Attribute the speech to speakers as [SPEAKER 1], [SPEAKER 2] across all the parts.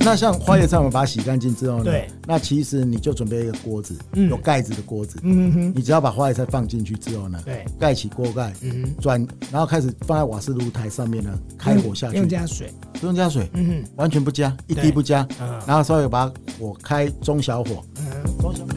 [SPEAKER 1] 那像花椰菜，我们把它洗干净之后呢，
[SPEAKER 2] 对，
[SPEAKER 1] 那其实你就准备一个锅子，
[SPEAKER 2] 嗯
[SPEAKER 1] 有盖子的锅子，
[SPEAKER 2] 嗯哼
[SPEAKER 1] 你只要把花椰菜放进去之后呢，
[SPEAKER 2] 对
[SPEAKER 1] 盖起锅盖，
[SPEAKER 2] 嗯
[SPEAKER 1] 转，然后开始放在瓦斯炉台上面呢，
[SPEAKER 2] 哼，
[SPEAKER 1] 开火下去，
[SPEAKER 2] 用加水，
[SPEAKER 1] 不用加水，
[SPEAKER 2] 嗯
[SPEAKER 1] 完全不加，一滴
[SPEAKER 2] 对
[SPEAKER 1] 不加，
[SPEAKER 2] 嗯
[SPEAKER 1] 然后稍微把火开中小火，
[SPEAKER 2] 哼，嗯。
[SPEAKER 1] 中小火。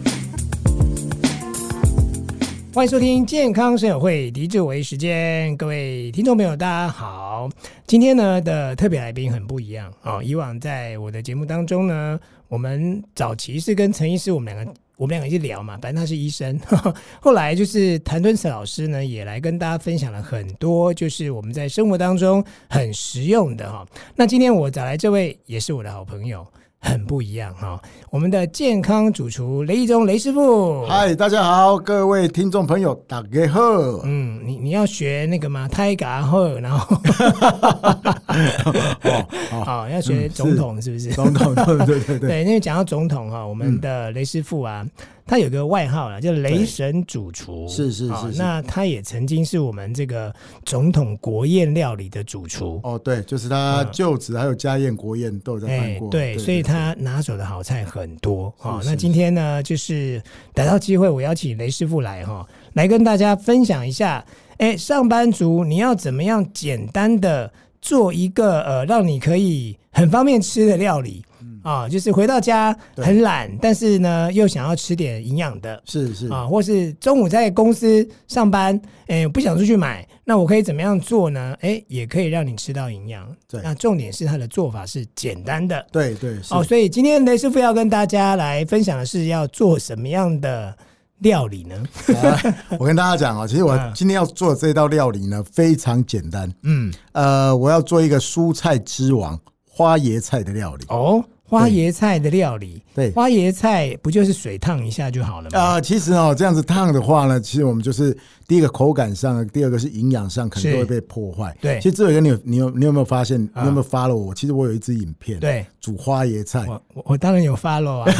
[SPEAKER 2] 欢迎收听健康生友会狄志伟时间，各位听众朋友，大家好。今天呢的特别来宾很不一样哦。以往在我的节目当中呢，我们早期是跟陈医师我们两个我们两个一起聊嘛，反正他是医生。 呵呵后来就是谭敦慈老师呢，也来跟大家分享了很多，就是我们在生活当中很实用的哈、那今天我找来这位也是我的好朋友，很不一样哈、我们的健康主厨雷一中雷师傅。
[SPEAKER 1] 嗨，大家好，各位听众朋友，大家好。
[SPEAKER 2] 嗯，你你要学那个嘛，泰嘎赫，然后
[SPEAKER 1] 哦， 好，
[SPEAKER 2] 好、要学
[SPEAKER 1] 嗯
[SPEAKER 2] 总统是不是？
[SPEAKER 1] 懂 懂懂，对对对，
[SPEAKER 2] 对，因为讲到总统哈，我们的雷师傅啊，他有个外号啊啦，叫雷神主厨。
[SPEAKER 1] 嗯是是
[SPEAKER 2] 哦
[SPEAKER 1] 是是
[SPEAKER 2] 那他也曾经是我们这个总统国宴料理的主厨。
[SPEAKER 1] 哦对，就是他就职还有家宴、国宴都有在办过，
[SPEAKER 2] 嗯哎对，所以他拿手的好菜很多哈、哦
[SPEAKER 1] 是
[SPEAKER 2] 那
[SPEAKER 1] 是
[SPEAKER 2] 今天呢，就是逮到机会，我邀请雷师傅来哈、来跟大家分享一下，哎，上班族你要怎么样简单的做一个呃，让你可以很方便吃的料理。啊、就是回到家
[SPEAKER 1] 嗯对
[SPEAKER 2] 很懒，但是呢又想要吃点营养的，
[SPEAKER 1] 是是
[SPEAKER 2] 啊，或是中午在公司上班，哎、不想出去买，那我可以怎么样做呢？哎、也可以让你吃到营养。
[SPEAKER 1] 对
[SPEAKER 2] 那重点是它的做法是简单的
[SPEAKER 1] 对对是
[SPEAKER 2] 哦，所以今天雷师傅要跟大家来分享的是要做什么样的料理呢？
[SPEAKER 1] 啊 我跟大家讲啊，其实我
[SPEAKER 2] 嗯
[SPEAKER 1] 今天要做的这道料理呢非常简单，
[SPEAKER 2] 嗯，
[SPEAKER 1] 呃，我要做一个蔬菜之王花椰菜的料理。
[SPEAKER 2] 哦，花椰菜的料理，
[SPEAKER 1] 对
[SPEAKER 2] 花椰菜不就是水烫一下就好了吗？
[SPEAKER 1] 啊、其实哦，这样子烫的话呢，其实我们就是第一个口感上，第二个是营养上，可能
[SPEAKER 2] 是
[SPEAKER 1] 都会被破坏。
[SPEAKER 2] 对
[SPEAKER 1] 其实志伟哥，你有你有你有没有发现？
[SPEAKER 2] 啊
[SPEAKER 1] 你有没有发了我？其实我有一支影片，
[SPEAKER 2] 对，
[SPEAKER 1] 煮花椰菜。
[SPEAKER 2] 我我我当然有 follow 啊，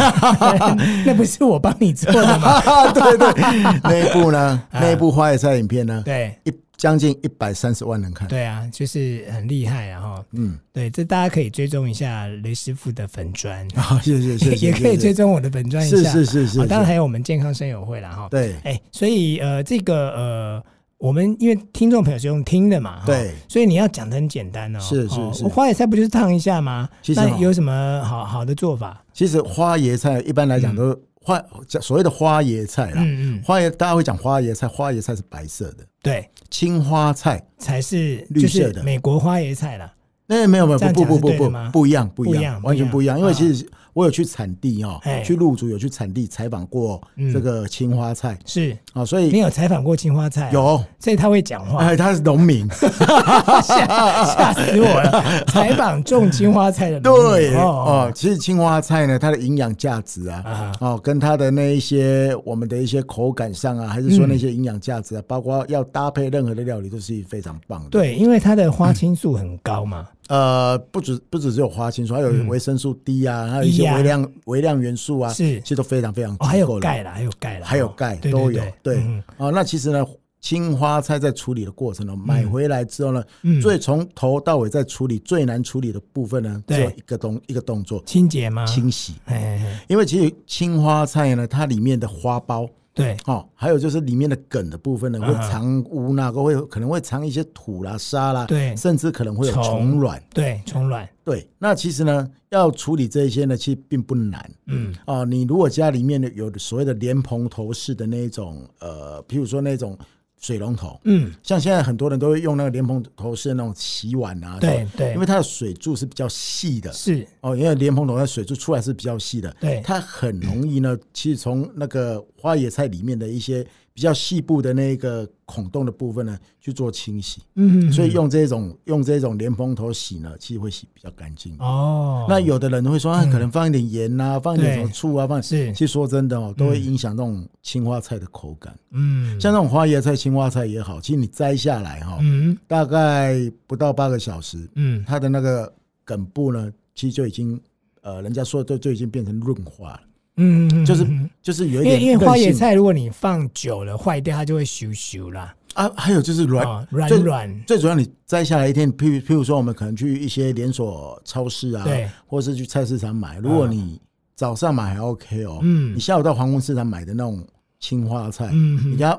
[SPEAKER 2] 那不是我帮你做的吗？啊
[SPEAKER 1] 对对， 那一部呢？那一部花椰菜影片呢？
[SPEAKER 2] 对
[SPEAKER 1] 一将近一百三十万人看。
[SPEAKER 2] 对啊，就是很厉害啊哈。
[SPEAKER 1] 嗯，
[SPEAKER 2] 对，这大家可以追踪一下雷师傅的粉砖，
[SPEAKER 1] 好、 谢啊谢谢谢，
[SPEAKER 2] 也可以
[SPEAKER 1] 谢谢
[SPEAKER 2] 追踪我的粉砖一
[SPEAKER 1] 是
[SPEAKER 2] 下。
[SPEAKER 1] 是是是
[SPEAKER 2] 哦，当
[SPEAKER 1] 是
[SPEAKER 2] 然还有我们健康生友会啦哈。
[SPEAKER 1] 对
[SPEAKER 2] 哎、所以呃，这个呃，我们因为听众朋友是用听的嘛，哈
[SPEAKER 1] 对
[SPEAKER 2] 所以你要讲的很简单哦。
[SPEAKER 1] 是是
[SPEAKER 2] 哦
[SPEAKER 1] 是
[SPEAKER 2] 花野菜不就是烫一下吗？
[SPEAKER 1] 其实
[SPEAKER 2] 那
[SPEAKER 1] 哦
[SPEAKER 2] 有什么好好的做法？
[SPEAKER 1] 其实花椰菜一般来讲都花所谓的花椰菜啦，
[SPEAKER 2] 嗯嗯，
[SPEAKER 1] 花椰大家会讲花椰菜，花椰菜是白色的，
[SPEAKER 2] 对，
[SPEAKER 1] 青花菜。
[SPEAKER 2] 才是
[SPEAKER 1] 绿色的
[SPEAKER 2] 就是美国花椰菜啦。
[SPEAKER 1] 那哎没有没有
[SPEAKER 2] 这样
[SPEAKER 1] 不不
[SPEAKER 2] 讲是
[SPEAKER 1] 不
[SPEAKER 2] 对的
[SPEAKER 1] 不
[SPEAKER 2] 吗
[SPEAKER 1] 不不一样不
[SPEAKER 2] 不
[SPEAKER 1] 一
[SPEAKER 2] 一
[SPEAKER 1] 样
[SPEAKER 2] 样
[SPEAKER 1] 完全
[SPEAKER 2] 不
[SPEAKER 1] 不
[SPEAKER 2] 一
[SPEAKER 1] 一样，
[SPEAKER 2] 样
[SPEAKER 1] 因为
[SPEAKER 2] 啊
[SPEAKER 1] 其实我有去产地哦
[SPEAKER 2] 哎，
[SPEAKER 1] 去陆竹有去产地采访过
[SPEAKER 2] 嗯
[SPEAKER 1] 这个青花菜
[SPEAKER 2] 是
[SPEAKER 1] 啊，所
[SPEAKER 2] 你
[SPEAKER 1] 以
[SPEAKER 2] 有采访过青花菜、啊？，
[SPEAKER 1] 有
[SPEAKER 2] 所以他会讲话，
[SPEAKER 1] 哎他是农民，
[SPEAKER 2] 吓吓死我 了！采访种青花菜的农民
[SPEAKER 1] 对
[SPEAKER 2] 哦，
[SPEAKER 1] 哦，其实青花菜呢，它的营养价值
[SPEAKER 2] 啊
[SPEAKER 1] 啊，哦，跟它的那一些我们的一些口感上啊，还是说那些营养价值啊，包括要搭配任何的料理，都是非常棒的。，
[SPEAKER 2] 嗯对，因为它的花青素很高嘛，
[SPEAKER 1] 呃，不止不止只有花青素，还有维生素 D 啊，还有一
[SPEAKER 2] 一
[SPEAKER 1] 些
[SPEAKER 2] 啊
[SPEAKER 1] 微量微量元素啊，
[SPEAKER 2] 是
[SPEAKER 1] 其实都非常非常足
[SPEAKER 2] 哦，还有
[SPEAKER 1] 够的
[SPEAKER 2] 钙啦，还有钙啦，
[SPEAKER 1] 还有
[SPEAKER 2] 哦
[SPEAKER 1] 钙
[SPEAKER 2] 对
[SPEAKER 1] 都有
[SPEAKER 2] 对。
[SPEAKER 1] 对
[SPEAKER 2] 嗯，
[SPEAKER 1] 哦，那其实呢，青花菜在处理的过程呢，买回来之后呢，
[SPEAKER 2] 嗯
[SPEAKER 1] 最从头到尾在处理最难处理的部分呢，
[SPEAKER 2] 对
[SPEAKER 1] 只有一个动一个动作，
[SPEAKER 2] 清洁吗？
[SPEAKER 1] 清洗。
[SPEAKER 2] 哎，哎哎
[SPEAKER 1] 因为其实青花菜呢，它里面的花苞
[SPEAKER 2] 对，
[SPEAKER 1] 哦，还有就是里面的梗的部分呢，会
[SPEAKER 2] 啊哈
[SPEAKER 1] 藏污纳垢，会可能会藏一些土啦、沙啦，
[SPEAKER 2] 对
[SPEAKER 1] 甚至可能会有
[SPEAKER 2] 虫
[SPEAKER 1] 虫卵。
[SPEAKER 2] 对，虫卵，
[SPEAKER 1] 对，那其实呢，要处理这些呢，其实并不难。
[SPEAKER 2] 嗯，
[SPEAKER 1] 哦，你如果家里面的有所谓的莲蓬头式的那一种，呃，譬如说那种水龙头，
[SPEAKER 2] 嗯，
[SPEAKER 1] 像现在很多人都会用那个莲蓬头式的那种洗碗啊，
[SPEAKER 2] 对对
[SPEAKER 1] 因为它的水柱是比较细的，
[SPEAKER 2] 是，
[SPEAKER 1] 哦，因为莲蓬头的水柱出来是比较细的，
[SPEAKER 2] 对
[SPEAKER 1] 它很容易呢，其实从那个花椰菜里面的一些比较细部的那个孔洞的部分呢去做清洗，
[SPEAKER 2] 嗯，
[SPEAKER 1] 所以用这种用这种莲蓬头洗呢，其实会洗比较干净。
[SPEAKER 2] 哦，嗯
[SPEAKER 1] 那有的人会说，啊，可能放一点盐呐、放一点什么
[SPEAKER 2] 对
[SPEAKER 1] 醋啊，放。
[SPEAKER 2] 是
[SPEAKER 1] 其实说真的哦，都会影响那种青花菜的口感。
[SPEAKER 2] 嗯，
[SPEAKER 1] 像那种花椰菜、青花菜也好，其实你摘下来哈、
[SPEAKER 2] 嗯
[SPEAKER 1] 大概不到八个小时，
[SPEAKER 2] 嗯，
[SPEAKER 1] 它的那个梗部呢，其实就已经呃，人家说就就已经变成润滑了，
[SPEAKER 2] 嗯，嗯嗯
[SPEAKER 1] 就是
[SPEAKER 2] 嗯
[SPEAKER 1] 就是有一
[SPEAKER 2] 因为
[SPEAKER 1] 点
[SPEAKER 2] 因为花
[SPEAKER 1] 韧
[SPEAKER 2] 椰
[SPEAKER 1] 性
[SPEAKER 2] 菜，如果你放久了坏掉，它就会咻咻啦。
[SPEAKER 1] 啊，还有就是软
[SPEAKER 2] 啊，软
[SPEAKER 1] 最
[SPEAKER 2] 软，
[SPEAKER 1] 最主要你摘下来一天，譬如譬如说我们可能去一些连锁超市啊，
[SPEAKER 2] 对，啊
[SPEAKER 1] 或是去菜市场买。如果你早上买还 OK 哦，
[SPEAKER 2] 嗯
[SPEAKER 1] 你下午到黄昏市场买的那种青花菜，
[SPEAKER 2] 嗯
[SPEAKER 1] 你给它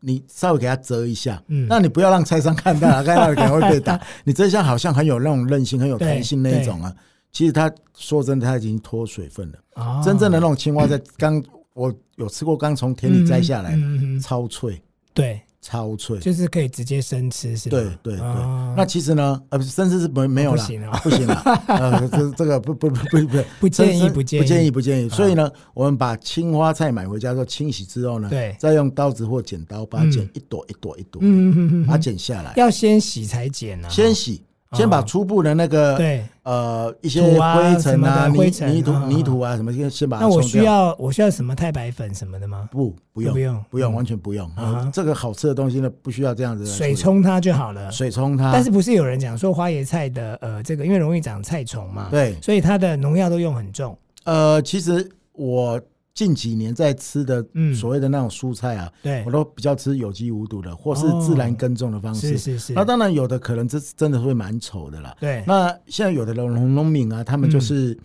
[SPEAKER 1] 你稍微给它折一下，
[SPEAKER 2] 嗯
[SPEAKER 1] 那你不要让菜商看到 啊，看到可能会被打。你这下好像很有那种韧性，很有
[SPEAKER 2] 对
[SPEAKER 1] 弹性那一种啊。其实它说真的，它已经脱水分了。
[SPEAKER 2] 哦
[SPEAKER 1] 真正的那种青花菜，刚我有吃过，刚从田里摘下来，
[SPEAKER 2] 嗯嗯嗯嗯
[SPEAKER 1] 超脆，
[SPEAKER 2] 对，
[SPEAKER 1] 超脆。
[SPEAKER 2] 就是可以直接生吃，是吧？
[SPEAKER 1] 对对对，
[SPEAKER 2] 哦
[SPEAKER 1] 那其实呢，呃，不是，甚至是没没有
[SPEAKER 2] 不
[SPEAKER 1] 啦，
[SPEAKER 2] 行啊
[SPEAKER 1] 不行啦，呃，这这个不不不不不
[SPEAKER 2] 不建
[SPEAKER 1] 真
[SPEAKER 2] 议，
[SPEAKER 1] 是
[SPEAKER 2] 不建议，啊
[SPEAKER 1] 不建议，不建议。所以呢，我们把青花菜买回家之后清洗之后呢，
[SPEAKER 2] 对
[SPEAKER 1] 再用刀子或剪刀把它剪
[SPEAKER 2] 嗯
[SPEAKER 1] 一朵一朵一朵，
[SPEAKER 2] 嗯嗯嗯嗯
[SPEAKER 1] 把它
[SPEAKER 2] 嗯，
[SPEAKER 1] 剪下来，
[SPEAKER 2] 要先洗才剪啊，
[SPEAKER 1] 先洗，先把初步的那个
[SPEAKER 2] 对。
[SPEAKER 1] 呃一些
[SPEAKER 2] 土啊
[SPEAKER 1] 灰
[SPEAKER 2] 什
[SPEAKER 1] 尘
[SPEAKER 2] 么
[SPEAKER 1] 啊、
[SPEAKER 2] 的灰
[SPEAKER 1] 泥
[SPEAKER 2] 尘
[SPEAKER 1] 泥土
[SPEAKER 2] 啊
[SPEAKER 1] 泥土啊什么，先先把它
[SPEAKER 2] 那我
[SPEAKER 1] 冲
[SPEAKER 2] 需
[SPEAKER 1] 掉。
[SPEAKER 2] 要我需要什么太白粉什么的吗？
[SPEAKER 1] 不，不
[SPEAKER 2] 不
[SPEAKER 1] 用，
[SPEAKER 2] 用，
[SPEAKER 1] 不用，完全不用。
[SPEAKER 2] 啊哈
[SPEAKER 1] 呃这个好吃的东西呢，不需要这样子来处理。
[SPEAKER 2] 水冲它就好了。
[SPEAKER 1] 水冲它，
[SPEAKER 2] 但是不是有人讲说花椰菜的呃这个因为容易长菜虫嘛，，
[SPEAKER 1] 对，
[SPEAKER 2] 所以它的农药都用很重。
[SPEAKER 1] 呃，其实我近几年在吃的
[SPEAKER 2] 嗯
[SPEAKER 1] 所谓的那种蔬菜啊，
[SPEAKER 2] 对
[SPEAKER 1] 我，都比较吃有机无毒的，或是
[SPEAKER 2] 哦
[SPEAKER 1] 自然耕种的方式。
[SPEAKER 2] 是是是，
[SPEAKER 1] 那当然有的可能这真的会蛮丑的啦。
[SPEAKER 2] 对，
[SPEAKER 1] 那现在有的农农民啊，他们就
[SPEAKER 2] 嗯
[SPEAKER 1] 是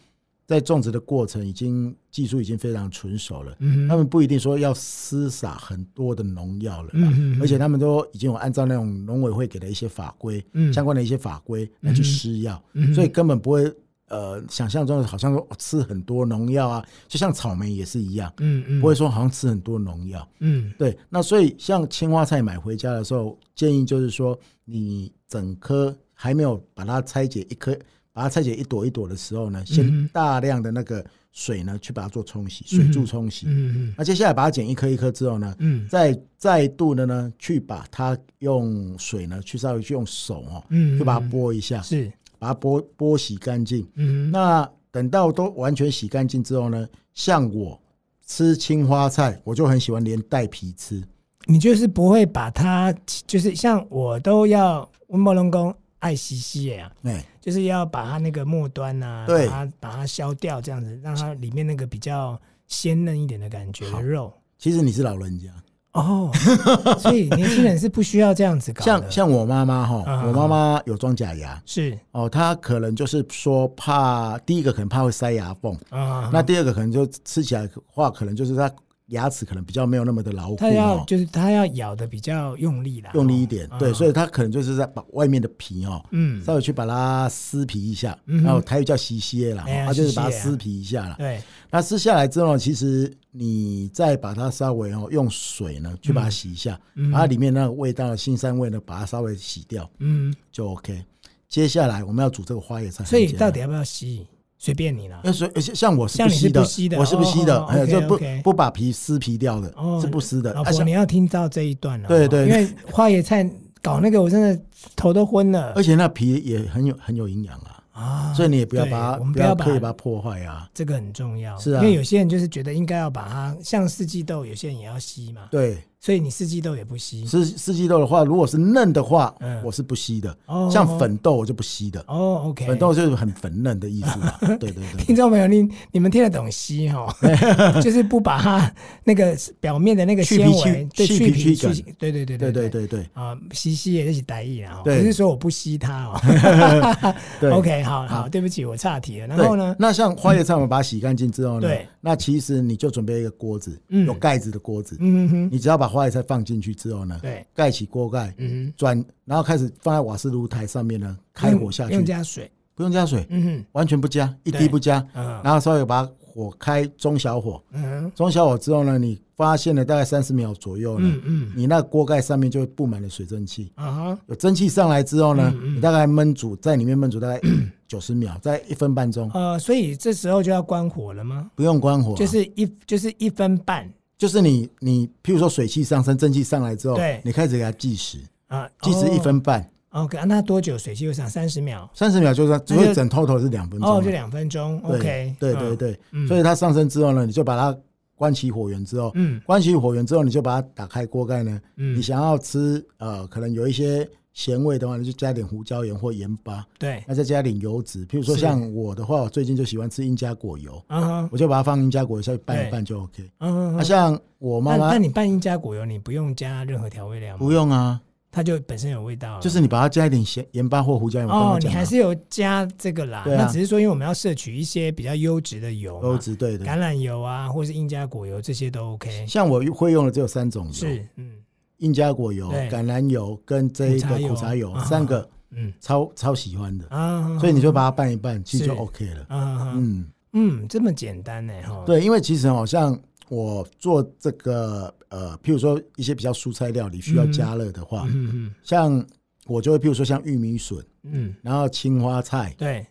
[SPEAKER 1] 在种植的过程已经技术已经非常纯熟了，
[SPEAKER 2] 嗯
[SPEAKER 1] 他
[SPEAKER 2] 哼
[SPEAKER 1] 们不一定说要施撒很多的农药了啦。
[SPEAKER 2] 嗯哼，
[SPEAKER 1] 而且他们都已经有按照那种农委会给的一些法规，
[SPEAKER 2] 嗯
[SPEAKER 1] 相关的一些法规来去
[SPEAKER 2] 嗯哼
[SPEAKER 1] 施药，
[SPEAKER 2] 嗯哼
[SPEAKER 1] 所以根本不会呃想象中的好像说、哦吃很多农药啊，就像草莓也是一样，
[SPEAKER 2] 嗯嗯
[SPEAKER 1] 不会说好像吃很多农药。
[SPEAKER 2] 嗯
[SPEAKER 1] 对，那所以像青花菜买回家的时候，建议就是说你整颗还没有把它拆解一颗。把它拆解一朵一朵的时候呢，
[SPEAKER 2] 嗯
[SPEAKER 1] 先
[SPEAKER 2] 哼
[SPEAKER 1] 大量的那个水呢，去把它做冲洗，水柱冲洗。
[SPEAKER 2] 嗯嗯
[SPEAKER 1] 那接下来把它剪一颗一颗之后呢，
[SPEAKER 2] 嗯
[SPEAKER 1] 再再度的呢，去把它用水呢，去稍微去用手哦，
[SPEAKER 2] 嗯
[SPEAKER 1] 去把它
[SPEAKER 2] 嗯
[SPEAKER 1] 拨一下，
[SPEAKER 2] 是
[SPEAKER 1] 把它拨拨洗干净。
[SPEAKER 2] 嗯哼
[SPEAKER 1] 那等到都完全洗干净之后呢，像我吃青花菜，我就很喜欢连带皮吃。
[SPEAKER 2] 你就是不会把它就是像我都要温伯龙公爱惜惜啊，
[SPEAKER 1] 哎，
[SPEAKER 2] 就是要把它那个末端呐、啊，
[SPEAKER 1] 对
[SPEAKER 2] 把它把它削掉，这样子让它里面那个比较鲜嫩一点的感觉的肉。
[SPEAKER 1] 其实你是老人家，
[SPEAKER 2] 哦， 所以年轻人是不需要这样子搞的。
[SPEAKER 1] 像像我妈妈
[SPEAKER 2] 啊
[SPEAKER 1] 哈，我妈妈有装假牙
[SPEAKER 2] 是
[SPEAKER 1] 哦，她可能就是说怕第一个可能怕会塞牙缝，
[SPEAKER 2] 啊，
[SPEAKER 1] 那第二个可能就吃起来的话，可能就是她牙齿可能比较没有那么的牢固
[SPEAKER 2] 他要
[SPEAKER 1] 哦啊
[SPEAKER 2] 就是他要咬的比较用力啦，
[SPEAKER 1] 用力一点，对，所
[SPEAKER 2] 以
[SPEAKER 1] 以它可能就是在把外面的皮哦，
[SPEAKER 2] 嗯，
[SPEAKER 1] 稍微去把它撕皮一下，
[SPEAKER 2] 嗯哼
[SPEAKER 1] 然后台语叫洗洗啦，
[SPEAKER 2] 哎呀
[SPEAKER 1] 它就是把它
[SPEAKER 2] 洗洗啊
[SPEAKER 1] 撕皮一下啦。
[SPEAKER 2] 对，
[SPEAKER 1] 那撕下来之后呢，其实你再把它稍微哦用水呢去把它洗一下，
[SPEAKER 2] 嗯
[SPEAKER 1] 把它里面那个味道、腥膻味呢把它稍微洗掉
[SPEAKER 2] 嗯，
[SPEAKER 1] 就 OK。接下来我们要煮这个花椰菜，
[SPEAKER 2] 所以
[SPEAKER 1] 很简单
[SPEAKER 2] 到底要不要吸？随便你啦。
[SPEAKER 1] 要说呃像像我是
[SPEAKER 2] 像
[SPEAKER 1] 不
[SPEAKER 2] 你是
[SPEAKER 1] 吸的，
[SPEAKER 2] 不吸的
[SPEAKER 1] 我是不吸的
[SPEAKER 2] 哦，
[SPEAKER 1] 哎，
[SPEAKER 2] OK，
[SPEAKER 1] 就不
[SPEAKER 2] OK
[SPEAKER 1] 不把皮撕皮掉的
[SPEAKER 2] 哦，
[SPEAKER 1] 是不撕的。
[SPEAKER 2] 老
[SPEAKER 1] 啊
[SPEAKER 2] 婆，
[SPEAKER 1] 像
[SPEAKER 2] 你要听到这一段了，
[SPEAKER 1] 对对
[SPEAKER 2] 因为花椰菜搞那个，我真的头都昏了
[SPEAKER 1] 而且那皮也很有很有营养啊。
[SPEAKER 2] 啊！
[SPEAKER 1] 哎所以你也不要
[SPEAKER 2] 对
[SPEAKER 1] 把
[SPEAKER 2] 我
[SPEAKER 1] 它，不
[SPEAKER 2] 们不要
[SPEAKER 1] 要
[SPEAKER 2] 把
[SPEAKER 1] 刻意把它破坏啊。
[SPEAKER 2] 这个很重要，
[SPEAKER 1] 是啊
[SPEAKER 2] 因为有些人就是觉得应该要把它，像四季豆，有些人也要吸嘛，
[SPEAKER 1] 对，
[SPEAKER 2] 所以你四季豆也不吸
[SPEAKER 1] 四四季豆的话，如果是嫩的话，
[SPEAKER 2] 嗯
[SPEAKER 1] 我是不吸的
[SPEAKER 2] 哦。
[SPEAKER 1] 像粉豆我就不吸的，
[SPEAKER 2] 哦。OK，
[SPEAKER 1] 粉豆就是很粉嫩的意思 嘛。对对
[SPEAKER 2] 听
[SPEAKER 1] 对，
[SPEAKER 2] 众朋友，你你们听得懂吸 哈？ 就是不把它那个表面的那个
[SPEAKER 1] 去
[SPEAKER 2] 纤
[SPEAKER 1] 皮
[SPEAKER 2] 维
[SPEAKER 1] 去
[SPEAKER 2] 对
[SPEAKER 1] 去
[SPEAKER 2] 去
[SPEAKER 1] 皮
[SPEAKER 2] 皮
[SPEAKER 1] 去梗
[SPEAKER 2] 去对对
[SPEAKER 1] 对
[SPEAKER 2] 对
[SPEAKER 1] 对
[SPEAKER 2] 对
[SPEAKER 1] 对对
[SPEAKER 2] 啊，吸吸也是歹意啦，哦不
[SPEAKER 1] 对
[SPEAKER 2] 是说我不吸它哦。
[SPEAKER 1] 对。
[SPEAKER 2] OK，好好，
[SPEAKER 1] 好
[SPEAKER 2] 对不起，我岔题了。然
[SPEAKER 1] 对
[SPEAKER 2] 后呢？
[SPEAKER 1] 那像花椰菜，我们把它洗干净之后呢
[SPEAKER 2] 对，
[SPEAKER 1] 那其实你就准备一个锅子，
[SPEAKER 2] 嗯
[SPEAKER 1] 有盖子的锅子，
[SPEAKER 2] 嗯哼，
[SPEAKER 1] 你只要把花椰菜放进去之后呢，
[SPEAKER 2] 对，
[SPEAKER 1] 盖起锅盖，
[SPEAKER 2] 嗯
[SPEAKER 1] 转，然后开始放在瓦斯炉台上面呢，
[SPEAKER 2] 哼，
[SPEAKER 1] 开火下
[SPEAKER 2] 用
[SPEAKER 1] 去，
[SPEAKER 2] 加水，
[SPEAKER 1] 不用加水，
[SPEAKER 2] 嗯
[SPEAKER 1] 完全不加，一
[SPEAKER 2] 对
[SPEAKER 1] 滴不加，
[SPEAKER 2] 哼，啊，
[SPEAKER 1] 然后稍微把火开中小火，
[SPEAKER 2] 嗯哼
[SPEAKER 1] 中小火之后呢，你发现了大概三十秒左右呢，
[SPEAKER 2] 嗯嗯，
[SPEAKER 1] 你那锅盖上面就布满了水蒸气。
[SPEAKER 2] 啊哈，
[SPEAKER 1] 有蒸汽上来之后呢，
[SPEAKER 2] 嗯嗯
[SPEAKER 1] 你大概焖煮在里面焖煮大 概九十秒，在一分半钟，
[SPEAKER 2] 呃，所以这时候就要关火了吗？
[SPEAKER 1] 不用关火啊、
[SPEAKER 2] 就是一就是一分半
[SPEAKER 1] 就是你你譬如说水汽上升，蒸汽上来之后
[SPEAKER 2] 对，
[SPEAKER 1] 你开始给它计时，
[SPEAKER 2] 啊，
[SPEAKER 1] 计时一分半，
[SPEAKER 2] 哦。OK，啊那多久水汽又上三十秒？
[SPEAKER 1] 三十、秒就是只
[SPEAKER 2] 那
[SPEAKER 1] 会
[SPEAKER 2] 就
[SPEAKER 1] 整 total 是两分钟啊、
[SPEAKER 2] 哦，就两分钟。
[SPEAKER 1] 对
[SPEAKER 2] OK，
[SPEAKER 1] 对
[SPEAKER 2] 嗯
[SPEAKER 1] 对对，
[SPEAKER 2] 嗯
[SPEAKER 1] 所以它上升之后呢，你就把它关起火源之后，
[SPEAKER 2] 嗯
[SPEAKER 1] 关起火源之后，你就把它打开锅盖呢，
[SPEAKER 2] 嗯
[SPEAKER 1] 你想要吃呃，可能有一些咸味的话，那就加点胡椒盐或盐巴，
[SPEAKER 2] 对，
[SPEAKER 1] 那再加点油脂。譬如说
[SPEAKER 2] 是
[SPEAKER 1] 像我的话，我最近就喜欢吃印加果油，
[SPEAKER 2] 啊哈，
[SPEAKER 1] 我就把它放印加果油下去拌一拌就 OK。
[SPEAKER 2] 嗯
[SPEAKER 1] 那、，像我妈
[SPEAKER 2] 那
[SPEAKER 1] 妈
[SPEAKER 2] 那你拌印加果油，你不用加任何调味料吗？
[SPEAKER 1] 不用啊，
[SPEAKER 2] 它就本身有味道了。
[SPEAKER 1] 就是你把它加一点咸盐巴或胡椒盐。我刚
[SPEAKER 2] 哦
[SPEAKER 1] 刚，
[SPEAKER 2] 你
[SPEAKER 1] 讲
[SPEAKER 2] 还
[SPEAKER 1] 了
[SPEAKER 2] 是有加这个啦。
[SPEAKER 1] 对啊
[SPEAKER 2] 那只是说，因为我们要摄取一些比较优质的油嘛，
[SPEAKER 1] 油脂对的。
[SPEAKER 2] 橄榄油啊，或是印加果油这些都 OK。
[SPEAKER 1] 像我会用的只有三种油：
[SPEAKER 2] 是，嗯
[SPEAKER 1] 印加果油、
[SPEAKER 2] 对
[SPEAKER 1] 橄榄油跟这一个
[SPEAKER 2] 苦
[SPEAKER 1] 苦
[SPEAKER 2] 茶
[SPEAKER 1] 茶
[SPEAKER 2] 油
[SPEAKER 1] 油
[SPEAKER 2] 啊，
[SPEAKER 1] 三个
[SPEAKER 2] 嗯
[SPEAKER 1] 超超喜欢的。
[SPEAKER 2] 啊，
[SPEAKER 1] 所以你就把它拌一拌，其实就是 OK 了。
[SPEAKER 2] 啊嗯
[SPEAKER 1] 嗯，
[SPEAKER 2] 嗯，这么简单呢哈。
[SPEAKER 1] 对，因为其实好哦像我做这个呃，譬如说一些比较蔬菜料理需要加热的话，
[SPEAKER 2] 嗯，
[SPEAKER 1] 像我就会譬如说像玉米笋，
[SPEAKER 2] 嗯嗯，
[SPEAKER 1] 然后青花菜，
[SPEAKER 2] 对，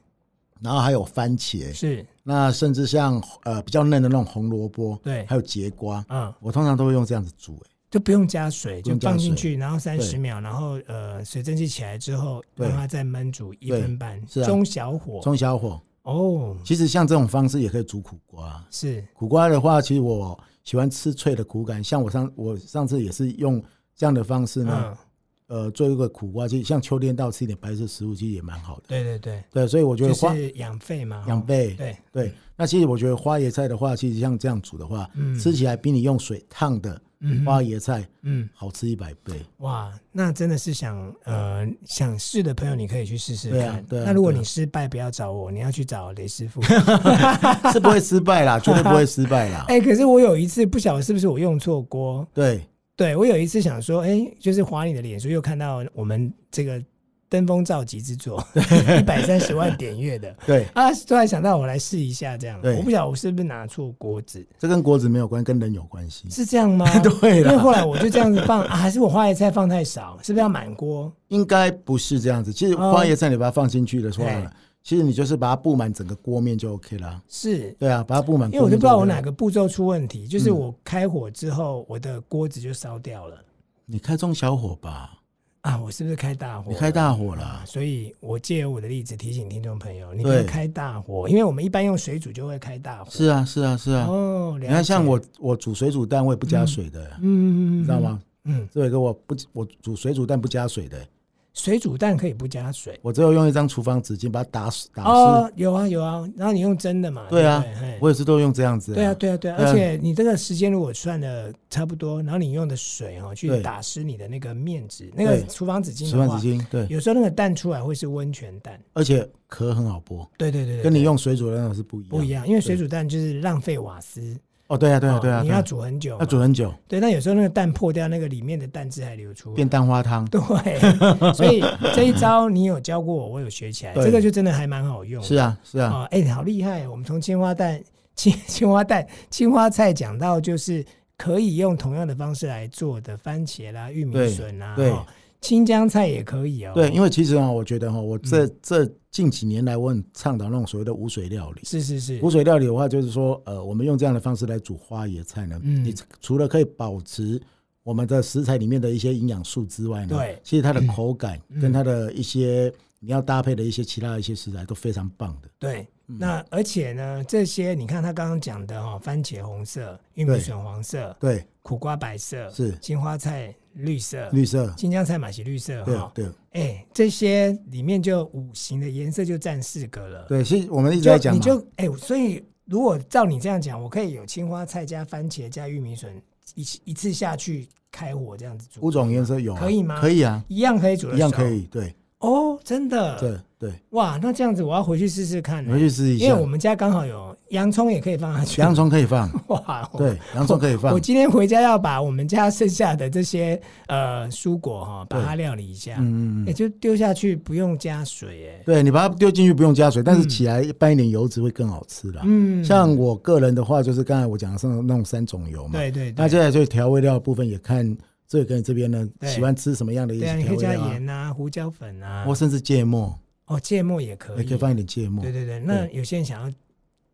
[SPEAKER 1] 然后还有番茄，
[SPEAKER 2] 是，
[SPEAKER 1] 那甚至像呃比较嫩的那种红萝卜，
[SPEAKER 2] 对
[SPEAKER 1] 还有节瓜，
[SPEAKER 2] 嗯，
[SPEAKER 1] 我通常都会用这样子煮、欸
[SPEAKER 2] 就不用加水，
[SPEAKER 1] 不
[SPEAKER 2] 就
[SPEAKER 1] 用加
[SPEAKER 2] 放进
[SPEAKER 1] 水
[SPEAKER 2] 去，然后三十
[SPEAKER 1] 对
[SPEAKER 2] 秒，然后呃，水蒸气起来之后，
[SPEAKER 1] 对
[SPEAKER 2] 让它再焖煮一
[SPEAKER 1] 对
[SPEAKER 2] 分半，
[SPEAKER 1] 是啊
[SPEAKER 2] 中小火。
[SPEAKER 1] 中小火。
[SPEAKER 2] 哦，
[SPEAKER 1] 其实像这种方式也可以煮苦瓜。
[SPEAKER 2] 是，
[SPEAKER 1] 苦瓜的话，其实我喜欢吃脆的苦感，像我上我上次也是用这样的方式呢。
[SPEAKER 2] 嗯，
[SPEAKER 1] 呃，做一个苦瓜，其实像秋天到吃一点白色食物，其实也蛮好的。
[SPEAKER 2] 对对对，
[SPEAKER 1] 对，所以我觉
[SPEAKER 2] 就
[SPEAKER 1] 得花、
[SPEAKER 2] 是养肺嘛，
[SPEAKER 1] 养
[SPEAKER 2] 哈
[SPEAKER 1] 肺，
[SPEAKER 2] 对，
[SPEAKER 1] 对。那其实我觉得花椰菜的话，其实像这样煮的话，
[SPEAKER 2] 嗯
[SPEAKER 1] 吃起来比你用水烫的
[SPEAKER 2] 嗯
[SPEAKER 1] 花椰菜
[SPEAKER 2] 嗯，
[SPEAKER 1] 好吃一百倍。
[SPEAKER 2] 哇，那真的是想呃想试的朋友，你可以去试试
[SPEAKER 1] 对啊
[SPEAKER 2] 看。
[SPEAKER 1] 对啊
[SPEAKER 2] 那如果
[SPEAKER 1] 对啊
[SPEAKER 2] 你失败，不要找我，你要去找雷 师傅。
[SPEAKER 1] 是不会失败 啦，绝对不会失败啦。
[SPEAKER 2] 哎、可是我有一次不晓得是不是我用错锅，
[SPEAKER 1] 对，
[SPEAKER 2] 对我有一次想说，哎、就是划你的脸书又看到我们这个登峰造极 之作，一百三十万点阅的。
[SPEAKER 1] 对，
[SPEAKER 2] 啊！突然想到，我来试一下这样。
[SPEAKER 1] 对
[SPEAKER 2] 我不晓得我是不是拿错锅子，
[SPEAKER 1] 这跟锅子没有关，跟人有关系。
[SPEAKER 2] 是这样吗？
[SPEAKER 1] 对
[SPEAKER 2] 因为
[SPEAKER 1] 啦，
[SPEAKER 2] 后来我就这样子放，啊、还是我花椰菜放太少，是不是要满锅？
[SPEAKER 1] 应该不是这样子。其实
[SPEAKER 2] 哦
[SPEAKER 1] 花椰菜你把它放进去的话
[SPEAKER 2] 对，
[SPEAKER 1] 其实你就是把它布满整个锅面就 OK 啦。
[SPEAKER 2] 是，
[SPEAKER 1] 对啊，把它布满。
[SPEAKER 2] 因为我就不知道我哪
[SPEAKER 1] 个。
[SPEAKER 2] 个步骤出问题，就是
[SPEAKER 1] 嗯
[SPEAKER 2] 我开火之后，我的锅子就烧掉了
[SPEAKER 1] 你开中小火吧，
[SPEAKER 2] 啊！我是不是开大火？
[SPEAKER 1] 你开大火啦
[SPEAKER 2] 啊！。所以我借由我的例子提醒听众朋友，你不
[SPEAKER 1] 对
[SPEAKER 2] 要开大火，因为我们一般用水煮就会开大火。
[SPEAKER 1] 是啊，是啊，是啊。
[SPEAKER 2] 哦，
[SPEAKER 1] 你
[SPEAKER 2] 你
[SPEAKER 1] 看，像我，我煮水煮蛋，我也不加水的，
[SPEAKER 2] 嗯，嗯
[SPEAKER 1] 你知道？吗？
[SPEAKER 2] 嗯，
[SPEAKER 1] 这有一个我不，我煮水煮蛋不加水的，
[SPEAKER 2] 水煮蛋可以不加水。
[SPEAKER 1] 我只有用一张厨房纸巾把它打湿打湿。
[SPEAKER 2] 哦，有啊有啊，然后你用蒸的嘛？
[SPEAKER 1] 对啊
[SPEAKER 2] 不嘿
[SPEAKER 1] 我也是都用这样子、
[SPEAKER 2] 对啊，对啊，对啊，
[SPEAKER 1] 对啊
[SPEAKER 2] 而且你这个时间如果算的差不多，然后你用的水哦，去
[SPEAKER 1] 对
[SPEAKER 2] 打湿你的那个面纸，那个
[SPEAKER 1] 对
[SPEAKER 2] 厨房纸巾
[SPEAKER 1] 十
[SPEAKER 2] 的
[SPEAKER 1] 万
[SPEAKER 2] 话
[SPEAKER 1] 纸，巾，对，
[SPEAKER 2] 有时候那个蛋出来会是温泉蛋，
[SPEAKER 1] 而且壳很好剥，
[SPEAKER 2] 对对对对，
[SPEAKER 1] 跟你
[SPEAKER 2] 对
[SPEAKER 1] 用水煮的那种是不一样。
[SPEAKER 2] 不一。样，因为水煮蛋就是浪费瓦斯，
[SPEAKER 1] 哦，对啊，对啊，
[SPEAKER 2] 哦
[SPEAKER 1] 对啊，
[SPEAKER 2] 你
[SPEAKER 1] 对啊
[SPEAKER 2] 要煮很久嘛，
[SPEAKER 1] 要煮很久，
[SPEAKER 2] 对，但有时候那个蛋破掉，那个里面的蛋汁还流出来，
[SPEAKER 1] 变蛋花汤。
[SPEAKER 2] 对，所以这一招你有教过我，我有学起来，
[SPEAKER 1] 对
[SPEAKER 2] 这个就真的还蛮好用的，
[SPEAKER 1] 是啊，是啊，
[SPEAKER 2] 哦，哎、你好厉害哦！我们从青花蛋、青 青花蛋、青花菜讲到，就是可以用同样的方式来做的番茄啦、玉米
[SPEAKER 1] 对
[SPEAKER 2] 笋啦、
[SPEAKER 1] 对
[SPEAKER 2] 哦青江菜也可以哦。
[SPEAKER 1] 对，，因为其实啊，我觉得哈，我这、
[SPEAKER 2] 嗯
[SPEAKER 1] 这近几年来，我很倡导那种所谓的无水料理。
[SPEAKER 2] 是是是
[SPEAKER 1] 补，水料理的话，就是说，呃，我们用这样的方式来煮花椰菜呢，
[SPEAKER 2] 嗯
[SPEAKER 1] 你除了可以保持我们的食材里面的一些营养素之外呢，
[SPEAKER 2] 对
[SPEAKER 1] 其实它的口感
[SPEAKER 2] 嗯
[SPEAKER 1] 跟它的一些、你要搭配的一些其他的一些食材都非常棒的。
[SPEAKER 2] 对。
[SPEAKER 1] 嗯
[SPEAKER 2] 那而且呢，这些你看他刚刚讲的哦，番茄红色、玉米
[SPEAKER 1] 对
[SPEAKER 2] 笋黄色、
[SPEAKER 1] 对，
[SPEAKER 2] 苦瓜白色、
[SPEAKER 1] 是
[SPEAKER 2] 青花菜绿色、
[SPEAKER 1] 绿色，
[SPEAKER 2] 青江菜嘛是绿色
[SPEAKER 1] 对啊
[SPEAKER 2] 哈、
[SPEAKER 1] 对
[SPEAKER 2] 哎、这些里面就五行的颜色就占四个了。
[SPEAKER 1] 对，其实我们一直
[SPEAKER 2] 就
[SPEAKER 1] 在讲
[SPEAKER 2] 你
[SPEAKER 1] 嘛，
[SPEAKER 2] 就哎、所以如果照你这样讲，我可以有青花菜加番茄加玉米笋一起一次下去开火这样子
[SPEAKER 1] 五
[SPEAKER 2] 煮，
[SPEAKER 1] 种颜色有、啊，
[SPEAKER 2] 可以吗
[SPEAKER 1] 可以啊，
[SPEAKER 2] 一样可以煮得
[SPEAKER 1] 一样
[SPEAKER 2] 熟
[SPEAKER 1] 可以，对
[SPEAKER 2] 哦，真的
[SPEAKER 1] 对对，
[SPEAKER 2] 哇，那这样子我要回去试试看
[SPEAKER 1] 你
[SPEAKER 2] 呢、
[SPEAKER 1] 回去试一
[SPEAKER 2] 嗯因为
[SPEAKER 1] 下
[SPEAKER 2] 我。们家刚好有洋葱也可以放下去，
[SPEAKER 1] 洋葱可以放，
[SPEAKER 2] 哇，我。
[SPEAKER 1] 对，洋葱可以
[SPEAKER 2] 我
[SPEAKER 1] 放，
[SPEAKER 2] 今天回家要把我们家剩下的这些呃蔬果哈、把它料理一下，
[SPEAKER 1] 嗯嗯
[SPEAKER 2] 也、
[SPEAKER 1] 嗯，
[SPEAKER 2] 就丢下去不用加水哎、
[SPEAKER 1] 对你把它丢进去不用加水，但是起来拌一点油脂会更好吃啦。
[SPEAKER 2] 嗯，
[SPEAKER 1] 像我个人的话，就是刚才我讲的是那种三种油嘛。
[SPEAKER 2] 对对
[SPEAKER 1] 那
[SPEAKER 2] 对，
[SPEAKER 1] 接下来就是调味料的部分，也看这个跟这边呢
[SPEAKER 2] 对
[SPEAKER 1] 喜欢吃什么样的一
[SPEAKER 2] 对啊，
[SPEAKER 1] 些
[SPEAKER 2] 你可
[SPEAKER 1] 调
[SPEAKER 2] 以
[SPEAKER 1] 味料
[SPEAKER 2] 加
[SPEAKER 1] 啊，
[SPEAKER 2] 盐啊、胡椒粉啊，
[SPEAKER 1] 或甚至芥末，
[SPEAKER 2] 哦，芥末也可
[SPEAKER 1] 也
[SPEAKER 2] 以，
[SPEAKER 1] 可以放一点芥末
[SPEAKER 2] 对。对对，那有些人想要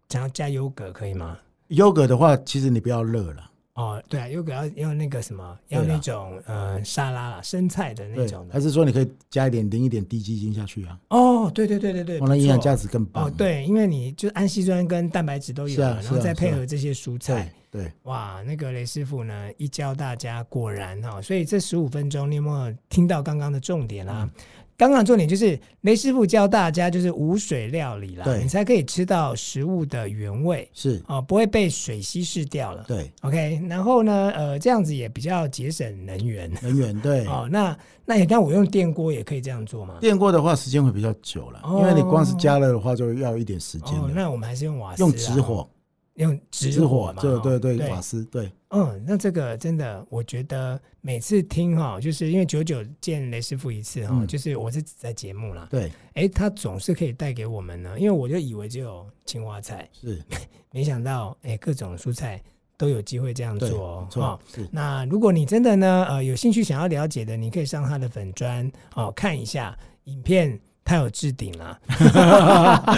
[SPEAKER 2] 想要加优格可以吗？
[SPEAKER 1] 优格的话，其实你不要热了，
[SPEAKER 2] 哦，对啊，又给要要那个什么，要
[SPEAKER 1] 对啊
[SPEAKER 2] 那种呃沙拉啦，生菜的那
[SPEAKER 1] 对
[SPEAKER 2] 种，的
[SPEAKER 1] 还。是说你可以加一点淋一点低基精下去啊，
[SPEAKER 2] 哦，对对对对对，
[SPEAKER 1] 哦，那营养
[SPEAKER 2] 不错
[SPEAKER 1] 价值更棒。
[SPEAKER 2] 哦，对，因为你就氨基酸跟蛋白质都有
[SPEAKER 1] 是啊
[SPEAKER 2] 了，
[SPEAKER 1] 是
[SPEAKER 2] 然
[SPEAKER 1] 啊
[SPEAKER 2] 后再配
[SPEAKER 1] 是啊
[SPEAKER 2] 合这些蔬菜
[SPEAKER 1] 对，对，
[SPEAKER 2] 哇，那个雷师傅呢一教大家，果然哈、所以这十五分钟你有没有听到刚刚的重点啦、
[SPEAKER 1] 嗯
[SPEAKER 2] 刚刚的重点就是雷师傅教大家就是无水料理啦，
[SPEAKER 1] 对
[SPEAKER 2] 你才可以吃到食物的原味
[SPEAKER 1] 是，
[SPEAKER 2] 哦，不会被水稀释掉了。
[SPEAKER 1] 对，
[SPEAKER 2] OK，然后呢，呃，这样子也比较节省能源
[SPEAKER 1] 能源对。
[SPEAKER 2] 哦。那那你看我用电锅也可以这样做吗？
[SPEAKER 1] 电锅的话，时间会比较久了，因为你光是加热的话，就要一点时间
[SPEAKER 2] 哦，
[SPEAKER 1] 的。
[SPEAKER 2] 那我们还是用瓦斯，
[SPEAKER 1] 用直，火，
[SPEAKER 2] 用直
[SPEAKER 1] 直
[SPEAKER 2] 火
[SPEAKER 1] 火，
[SPEAKER 2] 嘛，
[SPEAKER 1] 对
[SPEAKER 2] 哦
[SPEAKER 1] 对对，
[SPEAKER 2] 对
[SPEAKER 1] 瓦斯，对
[SPEAKER 2] 嗯，那这个真的，我觉得每次听哈、就是因为九九见雷师傅一次哈、
[SPEAKER 1] 嗯
[SPEAKER 2] 就是我是在节目啦，
[SPEAKER 1] 对
[SPEAKER 2] 哎，他总是可以带给我们呢，因为我就以为只有青花菜，
[SPEAKER 1] 是，
[SPEAKER 2] 没想到哎，各种蔬菜都有机会这样
[SPEAKER 1] 对，
[SPEAKER 2] 做哦
[SPEAKER 1] 没。
[SPEAKER 2] 哈
[SPEAKER 1] 错，是，
[SPEAKER 2] 那如果你真的呢，呃，有兴趣想要了解的，你可以上他的粉砖哦看一下影片，他有置顶啦、啊，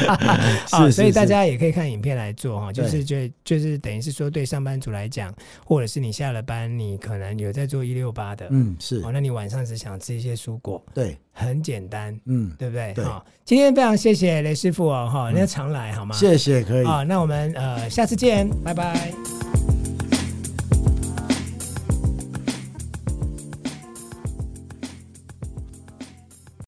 [SPEAKER 1] 是
[SPEAKER 2] 所以
[SPEAKER 1] 是
[SPEAKER 2] 大
[SPEAKER 1] 是
[SPEAKER 2] 家也可以看影片来做哈，就
[SPEAKER 1] 对
[SPEAKER 2] 是就就是等于是说对上班族来讲，或者是你下了班，你可能有在做一六八的，
[SPEAKER 1] 嗯是
[SPEAKER 2] 哦，，那你晚上只想吃一些蔬果，
[SPEAKER 1] 对，
[SPEAKER 2] 很简单，
[SPEAKER 1] 嗯，
[SPEAKER 2] 对不对？
[SPEAKER 1] 对
[SPEAKER 2] 好，今天非常谢谢雷师傅哦，哈，
[SPEAKER 1] 嗯
[SPEAKER 2] 那常来好吗？
[SPEAKER 1] 谢谢，可以，
[SPEAKER 2] 啊，那我们呃下次见，拜拜。